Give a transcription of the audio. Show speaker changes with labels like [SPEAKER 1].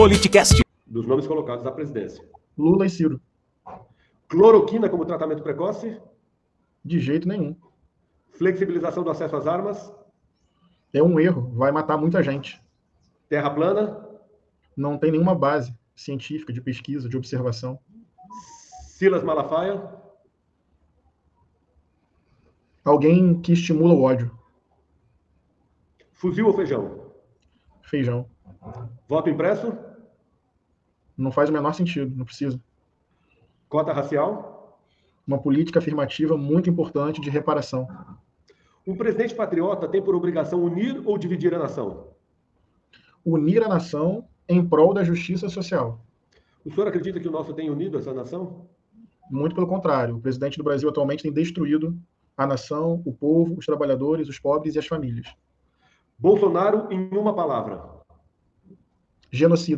[SPEAKER 1] Politicast.
[SPEAKER 2] dos nomes colocados à presidência.
[SPEAKER 3] Lula e Ciro.
[SPEAKER 2] Cloroquina como tratamento precoce,
[SPEAKER 3] De jeito nenhum.
[SPEAKER 2] flexibilização do acesso às armas,
[SPEAKER 3] É um erro, vai matar muita gente.
[SPEAKER 2] terra plana,
[SPEAKER 3] Não tem nenhuma base científica, de pesquisa, de observação.
[SPEAKER 2] Silas Malafaia,
[SPEAKER 3] Alguém que estimula o ódio.
[SPEAKER 2] fuzil ou feijão.
[SPEAKER 3] Feijão.
[SPEAKER 2] Voto impresso,
[SPEAKER 3] Não faz o menor sentido, não precisa.
[SPEAKER 2] cota racial,
[SPEAKER 3] Uma política afirmativa muito importante de reparação.
[SPEAKER 2] um presidente patriota tem por obrigação unir ou dividir a nação.
[SPEAKER 3] Unir a nação em prol da justiça social.
[SPEAKER 2] O senhor acredita que o nosso tem unido essa nação?
[SPEAKER 3] Muito pelo contrário, o presidente do Brasil atualmente tem destruído a nação, o povo, os trabalhadores, os pobres e as famílias.
[SPEAKER 2] Bolsonaro em uma palavra.
[SPEAKER 3] Genocida.